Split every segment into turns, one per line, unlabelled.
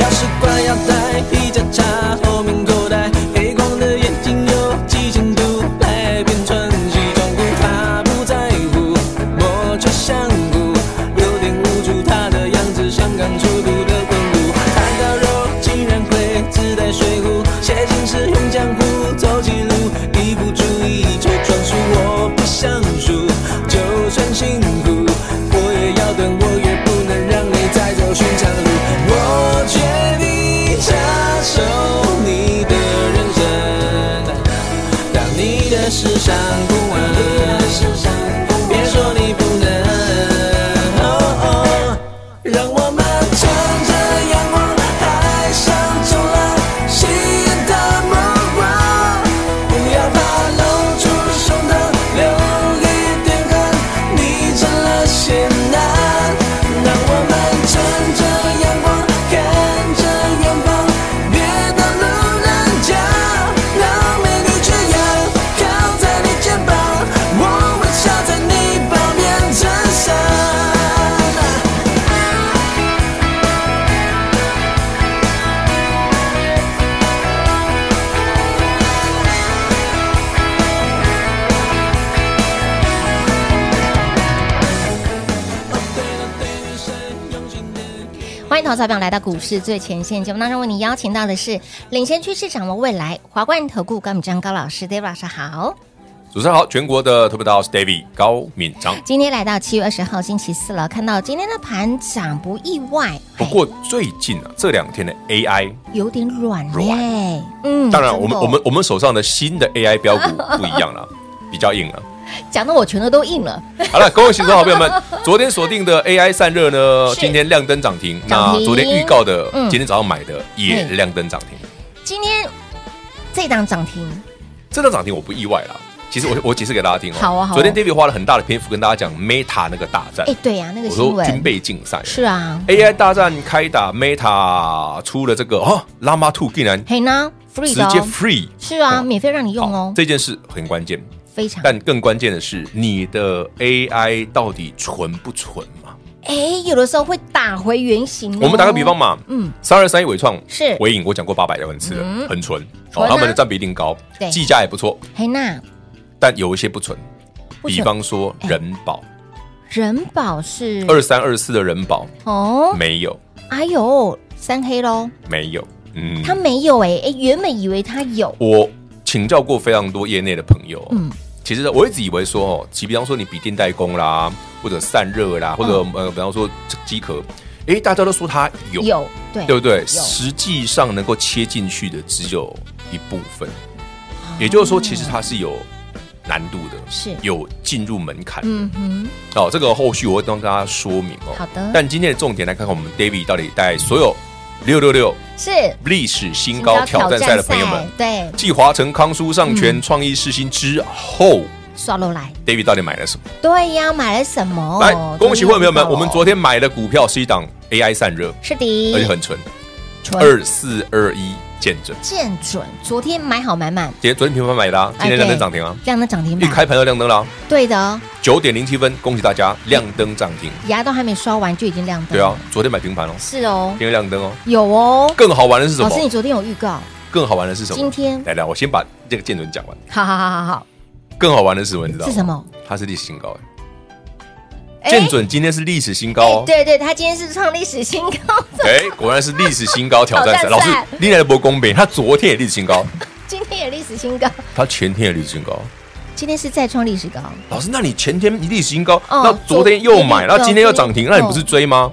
钥匙挂腰带，皮夹插后面口袋，黑框的眼镜有几千度，来边穿西装裤，他不在乎，我却像骨，有点无助，他的样子像刚出炉的滚炉，看到肉竟然会自带水壶，写信时用江湖走几路，一不注意就专属，我不想输，就算辛苦，我也要等，我也不能让你再走寻常路。我决定插手你的人生，当你的世上不完。别说你不能，哦哦让我们乘着阳光，海上冲浪，吸引他们光。不要怕露出胸膛，留一点汗，你成了险难。让我们乘着阳光，看着远方，别当路人甲。让美女缺氧，靠在你肩膀，我微笑在你泡面衬衫。
欢迎投资者朋友来到股市最前线节目当中，为你邀请到的是领先趋势、掌握未来华冠投顾高敏章高老师，David 老师好。
主持人好，全国的特别大号是 David 高敏章。
今天来到七月二十号星期四了，看到今天的盘涨不意外，
不过最近啊，这两天的 AI，
哎有点软嘞、
软
嗯，
当然
真的
我们我们我们手上的新的 AI 标股不一样了， 比较硬了。啊
讲的我全都都硬了，
好了，各位新手好朋 友们，昨天锁定的 AI 散热呢，
是
今天亮灯涨停。
涨
那
停
昨天预告的
嗯，
今天早上买的也亮灯涨停。
今天这档涨停，
这档涨停我不意外啦。其实我我解释给大家听哦。
嗯好啊好啊
昨天 David 花了很大的篇幅跟大家讲 Meta 那个大战
哎、，对呀、那个
我
新
说军
闻
备竞赛
是啊，
，AI 大战开打，Meta 出了这个哦，拉玛兔竟然
嘿呢，free
直
的、
接
哦，
free。
是啊，
哦
免费让你用
好
哦，
这件事很关键，
非常，
但更关键的是你的 AI 到底纯不纯嘛？
哎、有的时候会打回原形、哦。
我们打个比方，嘛，
嗯，
三二三一伟创
是
伟影，我讲过八百万次
嗯
了，很纯，
纯啊
他们的占比一定高
对，
技价也不错，
嘿娜
但有一些不纯，
不纯哎
比方说人保
人保是
二三二四的人保
哦，
没有
哎呦，三黑喽，
没有，嗯，
他没有哎、哎、原本以为他有，
我请教过非常多业内的朋友哦，
嗯
其实我一直以为说哦，其比方说你笔电代工啦，或者散热啦，或者、
嗯
呃，比方说机壳，诶，大家都说它有，
有对
对不对？
有
实际上能够切进去的只有一部分，也就是说，其实它是有难度的，
啊是
有进入门槛。
嗯哼，
哦，这个后续我会帮大家说明哦。
好的
但今天的重点来看看我们 David 到底带所有六六六
是
历史新高挑战赛的朋友们。
对，
继华城、康舒、上
嗯
全、创意、世新之后
刷楼来，
，David 到底买了什么？
对呀，买了什么？
来，恭喜会员们，我们昨
天
天买的股票是一档 AI 散热，
哦是的，
而且很纯，
纯
二四二一见证。
见准，昨天买好买满，
今天昨天平盘买的啊，今天亮灯涨停啊
哎，，对亮灯涨停
一
板，
开盘就亮灯了，啊
对的，哦
九点零七分，恭喜大家
嗯
亮灯涨停。
牙都还没刷完就已经亮灯，
对啊，，昨天买平盘哦，
是哦
今，天亮灯哦。
有哦，
更好玩的是什
老师你
么？
昨天有预告，
更好玩的是什么？
今天
来来，我先把这个见证讲完。
好好好好好，
更好玩的是什么？你知道吗
是什？么？
它是历史新高
哎
哎，见准今天是历史新高哦
哎。对对，他今天是创历史新高，
哎、果然是历史新高挑战赛。
挑
老
战
师
赛，
历来的博公平，他昨天也历史新高，
今天也历史新高，
他前天也历史新高。
今天是再创历史高，
老师，那你前天历史新高，
哦
那昨天又买，
昨
那今
昨天
天又涨停，那你
哦
不是追吗？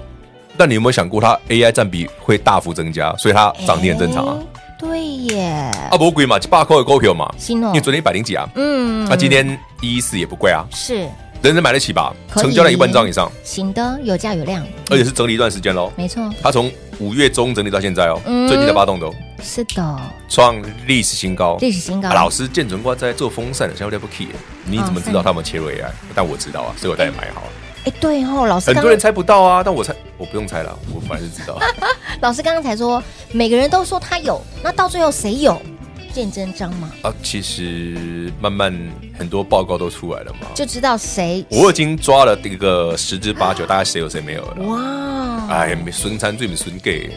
那你有没有想过，它 AI 占比会大幅增加，所以它涨停很正常啊。
哎，对耶，
啊，不贵嘛，八块的股票嘛，
新哦
因为昨天一百零几啊，
嗯
那、今天一一四也不贵啊，
是
人人买得起吧？
可以
成交量一万张以上，
行的，有价有量，
而且是整理一段时间喽。
没错，
它从五月中整理到现在哦，
嗯
最近才发动的哦，
是的，
创历史新高。
历史新高
啊。老师，建准挂在做风扇的，现在不
哦
key，你怎么知道他们切入 AI？但我知道啊，所以我带你买好。
哎，对哦，老师
很
刚
多人猜不到啊，但我猜，我不用猜了，我反正知 道。
老师刚刚才说，每个人都说他有，那到最后谁有？见真章嘛，
啊，其实慢慢很多报告都出来了嘛，
就知道谁
我已经抓了这个十之八九，大概谁有谁没有了。
哇，
哎，没孙参最没孙 gay，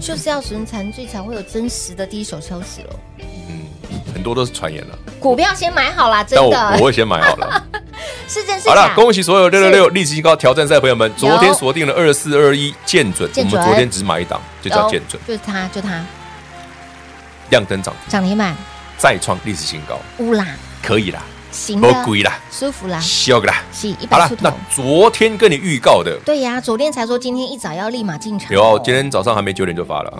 就是要损残最才会有真实的第一手消息喽。
嗯，很多都是传言了。
股票先买好啦，真
但我我
的
会先买 好了。
是真是
好了
假，？
恭喜所有六六六立即高挑战赛的朋友们，昨天锁定了二四二一见准，我
建
们
准
昨天只买一档，就叫
有
见准，
哦就是他，就他
亮灯涨停，
涨停板
再创历史新高，
乌啦，
可以啦，
行
不
的，
贵啦，
舒服啦，
笑啦。
是啊一
好
百
了
出，头
那。昨天跟你预告的，
对呀、昨天才说今天一早要立马进场哦、
有，啊今天早上还没九点就发了，啊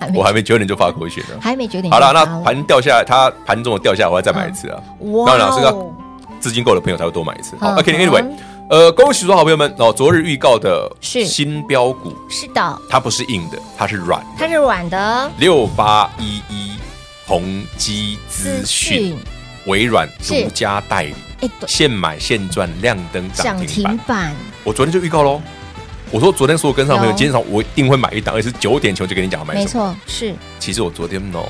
还没
我还没九点就发口选呢。
还没决定
好
要发
了，
了。
那盘掉下来，它盘中的掉下来，我要再买一次啊。
哇
当然是
哦
资金够的朋友才会多买一次。好
嗯
，OK，Anyway，
好
呃，恭喜所有好朋友们哦，昨日预告的
是
新标股，
是的，
它不是硬的，它是软的。
它是软的
六八一一宏基资讯，微软独家代理，
哎，对
现买现赚，亮灯涨
涨
停
停
板。
板
我昨天就预告喽，我说昨天所有跟上的朋友，
有
今天早上我一定会买一档，而且是九点前我就跟你讲要买
没
什么。
错，是
其实我昨天哦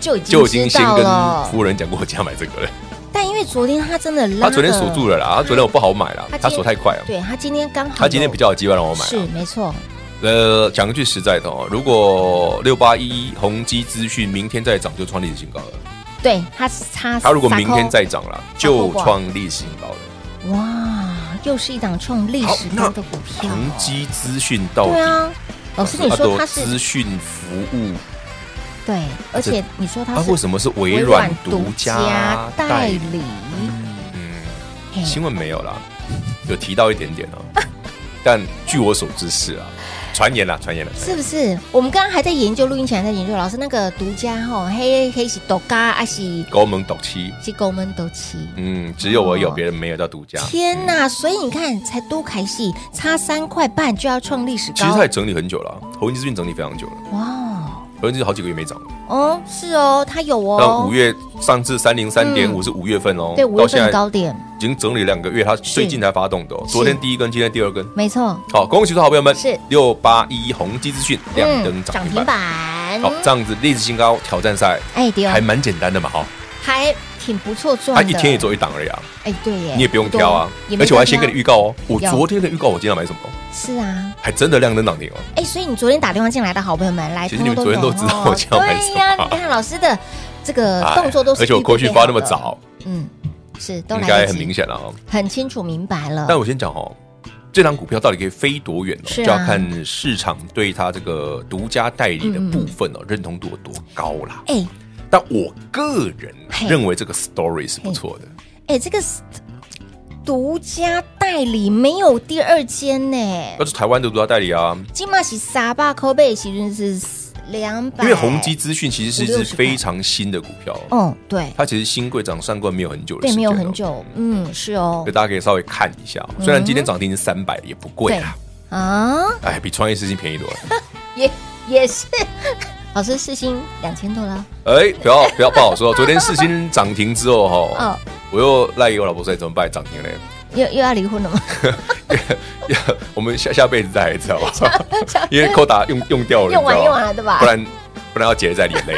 就已
就已经
经
先
知道
跟
了
服。务人讲过我要买这个了，
但因为昨天他真的拉
他
的，
昨天锁住了啦，他昨天我不好买啦，
嗯他今天
他锁太快了。
对他今天刚好有，
他今天比较有机会让我买、
是
啊。
没错，
呃，讲一句实在的哦，如果六八一宏基资讯明天再涨，就创历史新高了。
对他他
它如果明天再涨了，
撒扣
就创历史新高了。
哇，又是一档创历史高的股票，
宏基资讯到
对
底，
啊，老师你
它
说
都
他
资
是
讯服务，
对，而且你说他
它
是
啊为什么是微软独家代
代
理？
理，嘿
嗯，新闻没有啦，有提到一点 点哦，但据我所知是啊，传言啦，传言啦，传
是
言
不是？我们刚刚还在研究，录音前还在研究，老师那个独家吼，黑黑是独家还是
高盟斗七，
是狗们都吃？
嗯，只有我有，
哦
别人没有叫独家。
天呐！
嗯
所以你看，才多开戏，差三块半就要创历史
其实它
高
也。整理很久了啊，侯文基资讯整理非常久了，
哇
侯文基好几个月没涨了。
哦，是哦，它有
但
哦。
五月上至三零三点五
嗯
是五月份哦，
对五
到
月
现
份
在
高点，
已经整理两个月，它最近才发动的哦。
是
昨天第一根，今天第二根。
没错，
好，恭喜所有好朋友们，
是嗯
六八一宏基资讯亮灯涨停板。
板
好，这样子历史新高挑战赛
哎，对哦
还，蛮简单的嘛，哈，
还挺不错
它
赚的。
一天也做一档而已啊，
哎，对耶，
你也不用挑啊
对也。没
而且我还
得
先
挑
跟你预告哦，我
有
昨天的预告我今天要买什么哦，
是啊，
还真的亮灯涨停哦。
哎，所以你昨天打电话进来的好朋友们，来，
其实你们
通
昨天都
有
知
哦
道我这样买什
对
么啊
呀，你看老师的这个
哎
呃动作都是，
而且我过去发那么，早，
嗯，是都
应
来
该
得
很
及嗯
明显了哦。
很清楚明白了。
但我先讲哦，这张股票到底可以飞多远哦，
是啊
就要看市场对它这个独家代理的部分哦，认同度有多高啦。
嗯哎
但我个人
嘿
认为这个 story 是不错的，
哎，这个是独家代理没有第二间呢，
那是台湾的独家代理啊。
今嘛是三百口贝，其实是两百，
因为宏基资讯其实是一
五六
只
十块
非常新的股票，
哦，对
它其实新贵涨上冠没有很久的
对，
时
没
间
有
哦，
很久，嗯，是哦
所以，大家可以稍微看一
嗯
下哦。虽然今天涨停是三百，也不贵啦，
啊，
哎，比创业世新便宜多了。
也也是， 老师四星两千多了，
哎，不要不要不好说，昨天世新涨停之后哈
哦，
我又赖给我老婆说怎么办涨停嘞？
又又要离婚了吗？
我们下下辈子再来一次好不 好？因为扣打用用掉了，
用完
你知
用
道吗
完了对吧
不？然不然要结 在眼泪。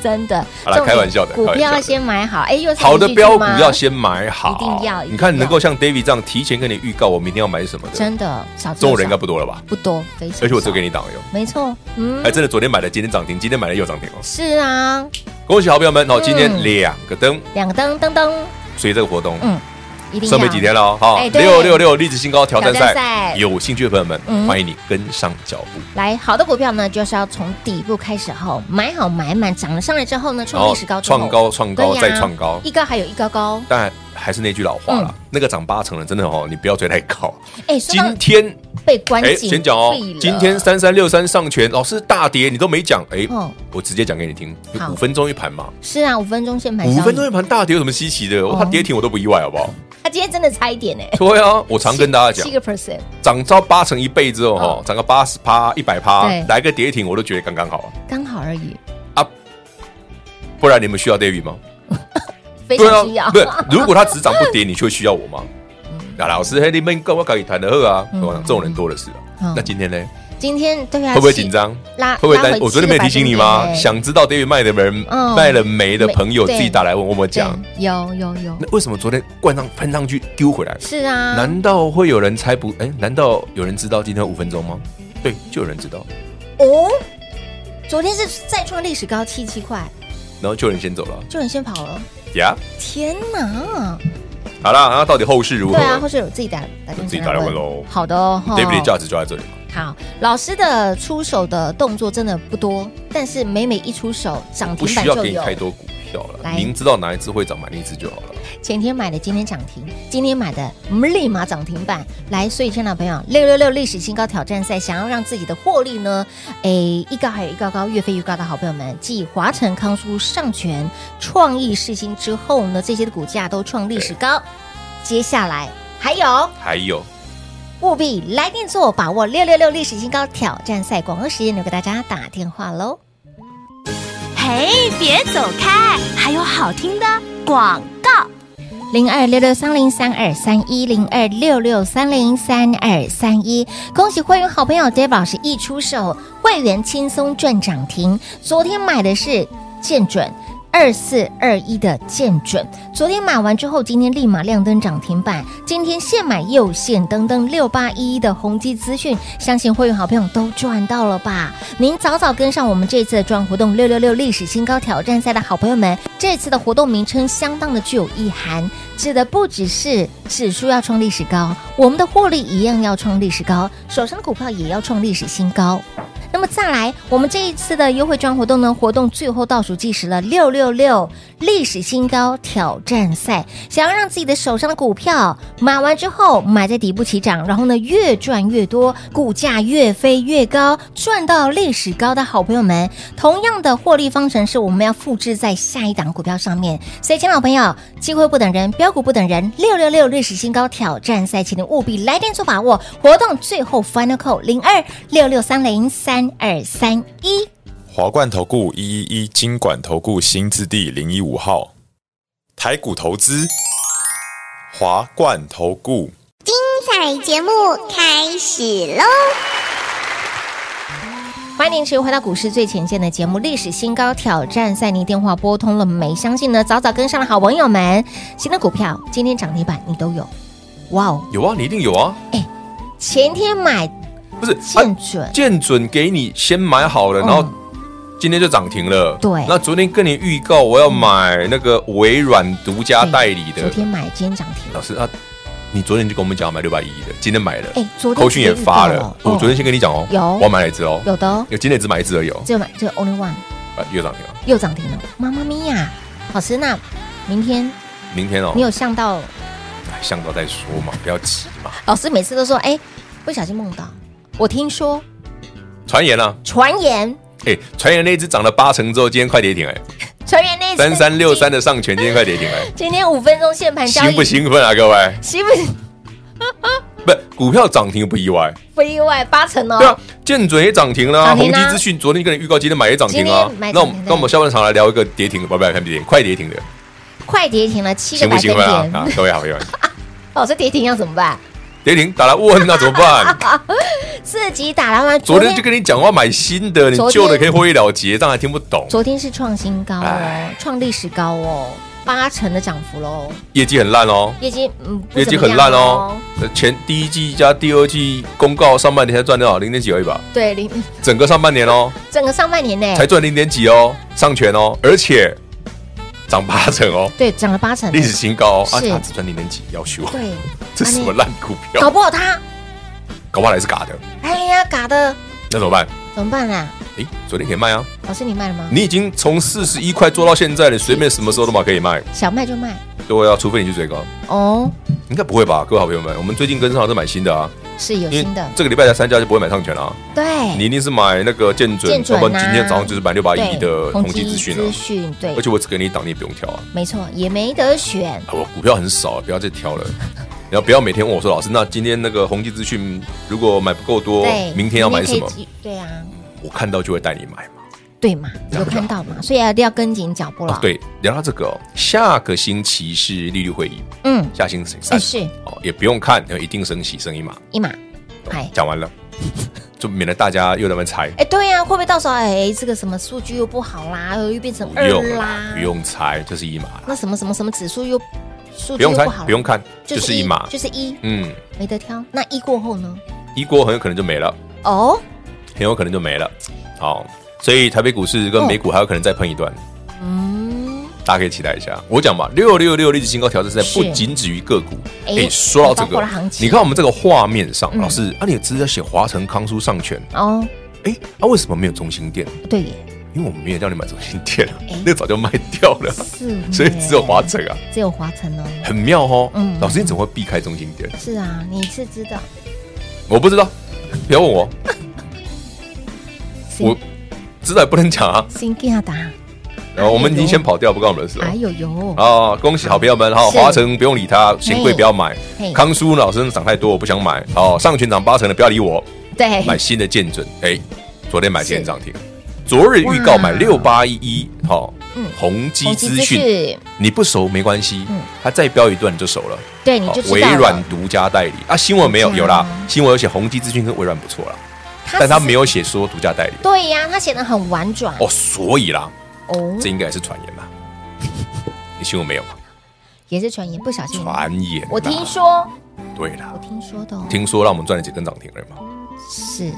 真的，
好啦
重点
开玩笑的
股
开玩笑
票要
的
先买好，哎，又是
好的
连续剧
标股
吗
要先买好，
一定要一定要
你看能够像 David 这样提前跟你预告我明天要买什么的，
真的啊少之
这
又
种人应该
少
不多了吧？
不多，非常，
而且我只给
你，
你档哟。
没错，嗯
哎，，真的，昨天买的，今天涨停，今天买的又涨停哦！
是啊，
恭喜好朋友们哦，
嗯
今天两个灯，
两个灯灯灯，
所以这个活动
嗯一定要
剩没几天了哦，哈
哎，对
六六六历史新高挑战
挑战
赛
赛，
有兴趣的朋友们，
嗯
欢迎你跟上脚步。
来，好的股票呢，就是要从底部开始后买好买满，涨了上来之后呢，
然
创
后
历史高之后，
创高、创高
对呀
再创高，
一高还有一高高，
但还是那句老话啦，那个涨八成的真的哦，你不要追太高。
哎，说到
今天
被关
哎，
紧
先讲哦
闭了，
今天三三六三上权，老师大跌，你都没讲，哎
哦，
我直接讲给你听，就
好
五分钟一盘嘛，
是啊，五分钟限盘，
五分钟一，盘大跌有什么稀奇的？
哦
它跌停我都不意外，好不好？
它今天真的差一点呢。
对啊，我常跟大家讲
七，个 percent，
涨到八成一倍之后哈，涨个八十趴、一百
嗯
趴
对，
来个跌停我都觉得刚刚好
刚好而已，
啊啊！不然你们需要 David 吗？
非
对
常
啊
需要，。
不是，如果它只涨不跌，你就会需要我吗？那老师，黑你们跟我可以谈得二啊，
嗯
我想这种人多的是啊
嗯。
那今天呢，
今天对啊，
会不会
气
紧？张？
拉
会不会担
拉？回
我昨天没有提醒你吗？
700
想知道 David 卖的人
嗯
卖了没的朋友，
没
自
对
己打来问我们讲。
对有有有，
那为什么昨天灌上喷上去丢回来？
是啊，
难道会有人猜不？哎，难道有人知道今天五分钟吗？对，就有人知道，
哦，昨天是再创历史高七七块，
然后就有人先走了
就你先跑了，
呀。
天哪！
好啦，那到底后事如
对
何
啊，或是有自己打打电话
自己打来问喽
好的哦哈
？David 的价值就在这里。
好，老师的出手的动作真的不多，但是每每一出手涨
不
停板
需要
就
给你
有。
太多股票了，
来
您知道哪一只会涨，买那一只就好了。
前天买的今天涨停，今天买的嗯立马涨停板。来，所以亲爱的朋友，六六六历史新高挑战赛，想要让自己的获利呢，诶，一高还有一高高，越飞越高的好朋友们，继华晨、康舒、上全、创意、世新之后呢，这些的股价都创历史高。接下来还有
还有，
务必来电做，把握六六六历史新高挑战赛。广告时间留给大家打电话喽。
嘿，别走开，还有好听的广告。
零二六六三零三二三一零二六六三零三二三一，恭喜会员好朋友 Dave 老师一出手，会员轻松赚涨停。昨天买的是见准。二四二一的见准，昨天买完之后，今天立马亮灯涨停板，今天现买又现登登六八一一的宏基资讯，相信会员好朋友都赚到了吧？您早早跟上我们这次的专案活动六六六历史新高挑战赛的好朋友们，这次的活动名称相当的具有意涵，指的不只是指数要创历史高，我们的获利一样要创历史高，手上的股票也要创历史新高。那么再来，我们这一次的优惠专活动呢，活动最后倒数计时了，六六六历史新高挑战赛，想要让自己的手上的股票买完之后买在底部起涨，然后呢越赚越多，股价越飞越高，赚到历史高的好朋友们，同样的获利方程式我们要复制在下一档股票上面。所以，亲爱的朋友，机会不等人，标股不等人，六六六历史新高挑战赛，请您务必来电做把握。活动最后 final call 零二六六三零三二三一。
华冠投顾一一一金管投顾新字第零一五号，台股投资，华冠投顾。
彩节目开始喽！
欢迎您持续回到股市最前线的节目《历史新高挑战赛》，您电话拨通了没？相信呢，早早跟上的好朋友们，新的股票今天涨停板你都有，哇哦！
有啊，你一定有啊，
前天买
不是？
见
啊
准，
见准给你先买好了，
嗯
然后今天就涨停了。
对
那昨天跟你预告我要买那个微软独家代理
哎昨
的，
天买，今天涨停
老。师啊，你昨天就跟我们讲买六百一的，今天买了，
哎，昨天
扣讯也发了，
有
我昨天先跟你讲哦，
有
我要买哪一只哦，
有的哦，
有今天只买一只而已哦，
只有买这个 only one
啊，又涨停了，
又涨停了，妈妈咪呀！老师，那明天
明天哦
你，有想到？
哎想到再说嘛，不要急嘛，
老师每次都说，哎，不小心梦到，我听说
传言啊，
传言，
哎，传言那一只涨了八成之后，今天快跌停哎，
传言那一次
三三六三的上权今天快跌停哎，
今天五分钟限盘交易，
兴不？兴奋啊，各位？
兴不兴？
不，股票涨停不意外，
不意外，八成哦。
对啊，建准也涨停啦，
涨停
宏
啦
基资讯昨天跟你预告，今天买也涨停啊
今天买。
那
涨
我
停
们
对
那我们下半场来聊一个跌停的，不不，看跌停，快跌停的，
快跌停了七
兴
个
不
百分
兴奋啊？
点
啊，，各位好朋友，
老师跌停要怎么办？啊
跌停打来问那怎么办？
自己打完完，
昨天就跟你讲我要买新的，你
昨天
旧的可以获利了结，账还听不懂，
昨天是创新高哦
哎，
创历史高哦，八成的涨幅喽，
业绩很烂哦。
业绩嗯，不
业绩
怎么
很
样
烂哦，呃前第一季加第二季公告上半年才赚多少？零点几而已吧，
对，零嗯
整个上半年哦，
整个上半年呢，
才赚零点几哦，上权哦，而且涨八成哦，
对涨了八成，
历史新高哦啊！
是
它只赚零点几，要求
对，啊
这什么烂股
搞
票？
不好他，
搞不好还是假的，
哎呀，嘎的
那怎么办？
怎么办啊？
诶，昨天可以卖啊！
老师你卖了吗？
你已经从四十一块做到现在了，你随便什么时候都嘛可以卖。
想卖就卖
对啊，除非你去追高，
哦，
应该不会吧？各位好朋友们，我们最近跟上都买新的啊，
是有
因为
新的，
这个礼拜才三家就不会买上权了、
对，
你一定是买那个建准，
见准
要不然
啊
今天早上就是买六八一
对
的
统
统计资讯了
资。讯对
而，且我只给你一档，你也不用挑啊。
没错，也没得选，
啊我股票很少，不要再挑了。然后不要每天问我说，老师，那今天那个宏基资讯如果买不够多
对，，
明天要买什
明
么
可？以记？对啊，
我看到就会带你买嘛。
对嘛，
这
有
样就好
看到嘛，所以要要跟紧脚步了。，
对，聊到这个、哦，下个星期是利率会议，
嗯，
下星期
哎
三
是
哦，也不用看，呃一定升息升一码。
一码，哎
讲完了，就免得大家又在那边猜。
哎，对呀，会不会到时候哎这个什么数据又不好啦，又变成
不
二
用啦
啦，
不，用猜，就是一码啦。
那什么什么什么指数又数
不
据又
用猜
不好啦，，
不用看，就是一码。
就是一，
嗯，
没得挑。那一过后呢？
一锅很有可能就没了，
哦，
很有可能就没了。好，所以台北股市
哦
跟美股还有可能再喷一段，
嗯，
大家可以期待一下。我讲吧，六六六历史新高挑战赛
是
不仅止于个股。
哎
哎，说到这
包括了
个
行，情
你看我们这个画面上，
嗯
老师啊，你也直接写华晨康舒上权，
哦，
哎，啊为什么没有中心店？
对耶，
因为我们没有叫你买中心店啊
哎，
那早就卖掉 了，
是耶，
所以只有华晨啊，
只有华晨哦。
很妙哦
嗯。
老师你怎么会避开中心店？
是啊，你是知道，
我不知道，不要问我，
心
我知道也不能讲啊。
心惊打，
然后我们已经先跑掉，不关我们的事
哎
了。
呦呦，
啊，恭喜好朋友们哈！
是
华晨不用理他，新贵不要买
嘿，
康舒老师涨太多，我不想买。哦，上全涨八成的不要理我，
对，
买新的见准。哎，昨天买今天涨停，昨日预告买
哇
六八一一，好
嗯，
宏基
宏基
资讯，你不熟没关系
嗯，
他再标一段你就熟了。
对，你
好
就知道
微
了嗯
软，独家代理啊，新闻没有
独家
有啦，新闻有写宏基资讯跟微软不错啦，但他没有写说独家代理
只是，对呀，他写的很婉转
哦，所以啦，
哦
这，应该也是传言吧？ 你新闻没有吧？
也是传言，不小心，
传言啦，
我听说，
对
我
啦，
听说的哦，
听说让我们赚了几根涨停了嘛？
是，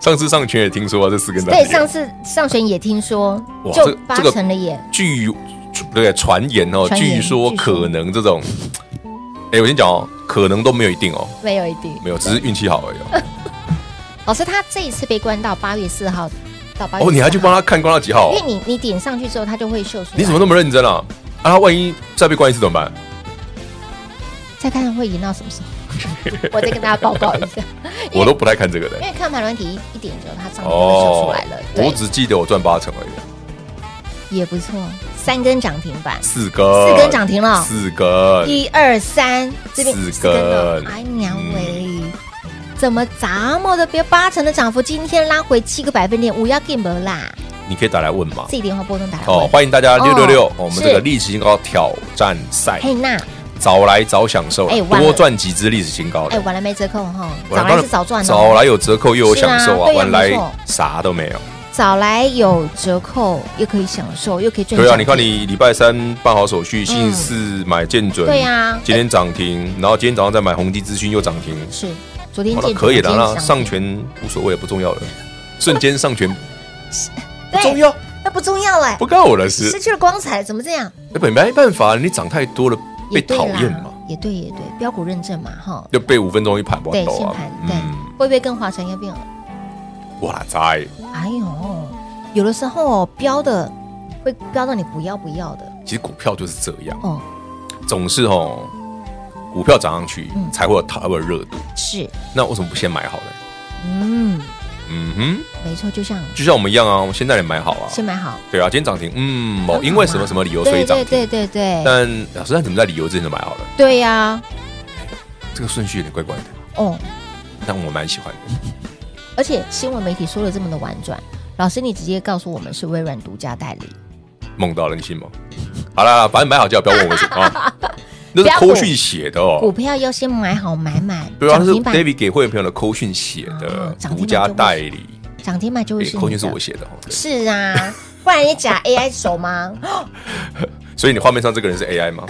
上次上群也听说啊，这四根涨
对，
停，
上次上学也听说，
哇这
就
个
八
这个
成了耶，
据对传言哦，
传言
据说
据说
可能这种，哎，我先讲哦，可能都没有一定哦，
没有一定。
没有，只是运气 好而已哦。
哎老师他这一次被关到八月四号到八月，
哦，你还去帮
他？
他看关到几号
因为
哦？
你你点上去之后，他就会秀出来。
你怎么那么认真啊？啊，他万一再被关一次怎么办？
再看看会延到什么时候？ 我再跟大家报告一下，
我都不太看这个的哦
因。为看盘软体一一点之后，它上面就会秀出来了。
我
对，
只记得我赚八成而已，
也不错，三根涨停板，
四根，
四根涨停了，
四根，
一二三，这边
呃四
了
根
哎娘喂！怎么这么的？别八成的涨幅，今天拉回七个百分点，五要 game 啦！
你可以打来问嘛
自。己电话拨通打来
哦，
问。
欢迎大家
哦
六六六，我们
是
这个历史新高挑战赛，
嘿娜，
早来早享受
哎
啦，
完了
多赚几只历史新高
哎，
的。
晚来没折扣哈，
我
早
当
来
然
是早赚哦，
早来有折扣又有享受啊，
是啊对啊
晚来
没错
啥都没有。
早来有折扣，又可以享受，又可以赚。
对啊，你看，你礼拜三办好手续，星期
嗯
四买建准，
对啊
今天涨停，然后今天早上再买宏基资讯又涨停，
是昨天
好了
见
可以的，
昨天
那上
停
权无所谓，不重要了，瞬间上权不
对
重要，
那不重要嘞
不，干我的事
失。去了光彩，怎么这样？
那本没办法，你涨太多了被
也对
讨
啦
厌嘛，，
也对也对，标股认证嘛哈，
就被五分钟一盘不
对，
到
限
啊
盘。对
嗯，，
会不会跟华晨一样？
我哪在？
哎呦，有的时候哦标的会标到你不要不要的
其实股票就是这样，
哦，
总是哦，股票涨上去
嗯
才会有它会有热度。
是，
那为什么不先买好呢？
嗯，
嗯哼，
没错，就像
就像我们一样啊，我们先带你买好啊。
先买好，
对啊，今天涨停，嗯，哦，
很好
因为
嘛
什么什么理由所
对
以涨
对
停
对。对对，
但老师，那怎么在理由之前就买好了？
对呀，
这个顺序有点怪怪的，
哦，
但我蛮喜欢的。
而且新闻媒体说的这么的婉转，老师你直接告诉我们是微软独家代理，
梦到了，你信吗？ 好啦，反正买好就好，不要问我什么 啊。那
不
是
要
扣
补
讯写的哦，
股票要先买好买满，
对啊，那是
涨停板
David 给会员朋友的扣讯写的
哦，涨停板
独家代理，
涨停板就会
对，
是
扣
你
讯是
的
我。写的哦。对
是啊， 不然你假 AI 手吗？
哦所以你画面上这个人是 AI 吗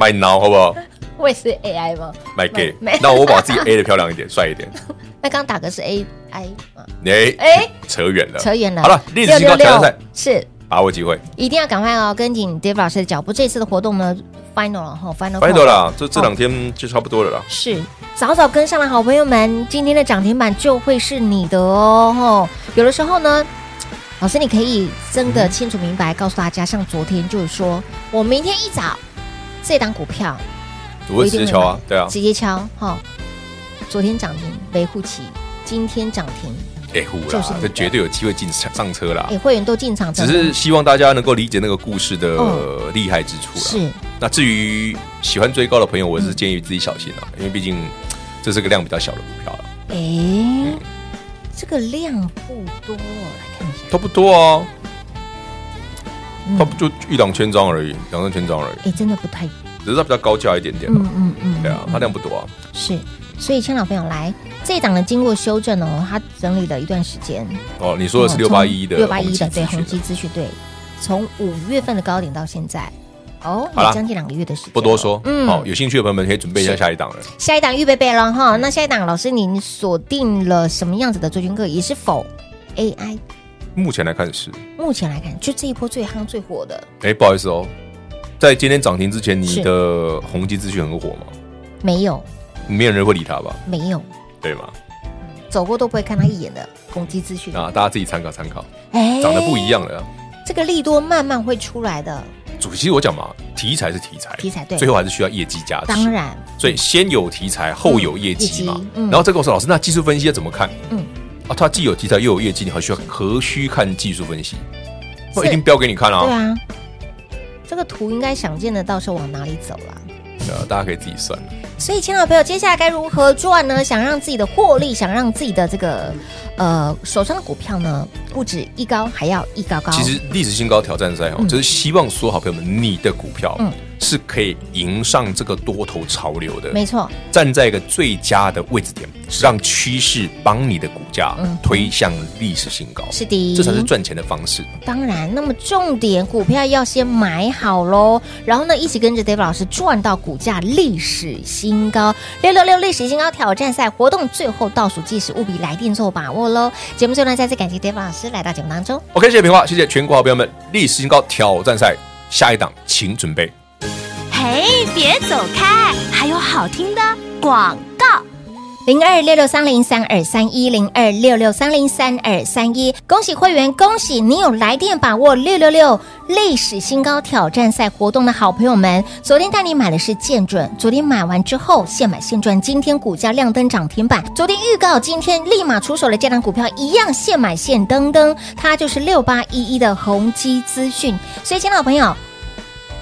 ？My now 好不好
我也是 AI 吗？
？My gay，
没
那我把自己 A 的漂亮一点，帅一 点。
那刚打嗝是 AI 吗？
哎，
哎，
扯远了，
扯远了。
好了，历史新高挑战赛，
是
把握机会。
一定要赶快哦，跟紧 Dave 老师的脚步。这次的活动呢，final 了哈，final
f i
call
啦，这这两天就差不多了啦。
是早早跟上的好朋友们，今天的涨停板就会是你的哦。吼有的时候呢，老师你可以真的清楚明白告诉大家，像昨天就是说我明天一早这档股票
我会直接敲啊，对啊，
直接敲哈、昨天涨停维护期，今天涨停，
哎呼
就是
啦
你，
这绝对有机会进上车啦
哎、。会员都进场，
只是希望大家能够理解那个故事的
嗯
厉害之处啦。
是
那至于喜欢追高的朋友，我是建议自己小心
嗯
啊，因为毕竟这是个量比较小的股票了，
哎、这个量不多，来看一下，
它不多啊，
嗯
它不就一两千张而已，两三千张而已
哎、，真的不太，
只是它比较高价一点点
嗯
啊。
嗯嗯，
对啊，它
嗯
量不多啊。
是，所以，亲老朋友来这一档呢，经过修正哦，它整理了一段时间，
哦，你说的是六八一的
嗯六八一的
的
对宏基资讯对，从五月份的高点到现在，哦，
好啦
也将近两个月的时间，
不多说，
嗯，
好，有兴趣的朋友们可以准备一下
是
下一档了。
下一档预备备了哈，那下一档老师您锁定了什么样子的追军课，也是否 AI？
目前来看是，
目前来看，就这一波最夯最火的，
哎，不好意思哦，在今天涨停之前，你
是
的宏基资讯很火吗？
没有
没有人会理它吧？
没有，
对吗？
嗯走过都不会看他一眼的攻击资讯，
啊，大家自己参考参考，
哎
长得不一，样了。
这个利多慢慢会出来的，
主席，我讲嘛，题材是题材，
题材对
最后啊还是需要业绩加持。
当，然
所以先有题材，后有业绩嘛
嗯业绩。嗯
然后再跟我说，老师，那技术分析要怎么看？
嗯
嗯，啊，它既有题材又有业绩，你还需要何须看技术分析？
是
我一定标给你看
对
啊！
啊，这个图应该想见的到时候往哪里走了。
对啊，大家可以自己算。
所以，亲爱的朋友，接下来该如何赚呢？想让自己的获利，想让自己的这个呃手上的股票呢，不止一高，还要一高高。
其实历史新高挑战赛哦，
嗯
就是希望所有好朋友们，你的股票
嗯
是可以迎上这个多头潮流的，
没错，
站在一个最佳的位置点，让趋势帮你的股价
嗯
推向历史新高。
是的，
这才是赚钱的方式。
当然，那么重点股票要先买好喽，然后呢，一起跟着 David 老师赚到股价历史新高，六六六历史新高挑战赛活动最后倒数计时，务必来电做把握喽！节目最后呢，再次感谢 David 老师来到节目当中。
OK，谢谢平话，谢谢全国好朋友们，历史新高挑战赛下一档，请准备。
嘿，别走开，还有好听的广告。
零二六六三零三二三一零二六六三零三二三一，恭喜会员，恭喜你有来电把握六六六历史新高挑战赛活动的好朋友们。昨天带你买的是建准，昨天买完之后现买现赚，今天股价亮灯涨停板。昨天预告，今天立马出手的这档股票一样现买现登登，它就是六八一一的宏基资讯。所以，亲爱的朋友。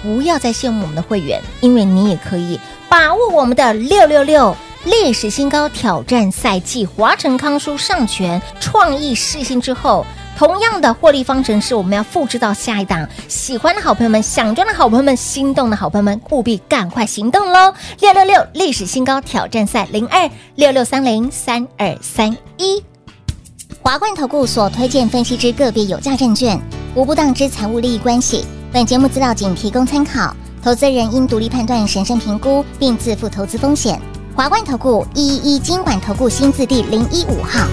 不要再羡慕我们的会员，因为你也可以把握我们的六六六历史新高挑战赛季华晨康舒上全创意试新之后。同样的获利方程式，我们要复制到下一档。喜欢的好朋友们，想赚的好朋友们，心动的好朋友们，务必赶快行动喽！六六六历史新高挑战赛零二六六三零三二三一。
华冠投顾所推荐分析之个别有价证券，无不当之财务利益关系。本节目资料仅提供参考，投资人应独立判断、审慎评估，并自负投资风险。华冠投顾一一一金管投顾新字第零一五号。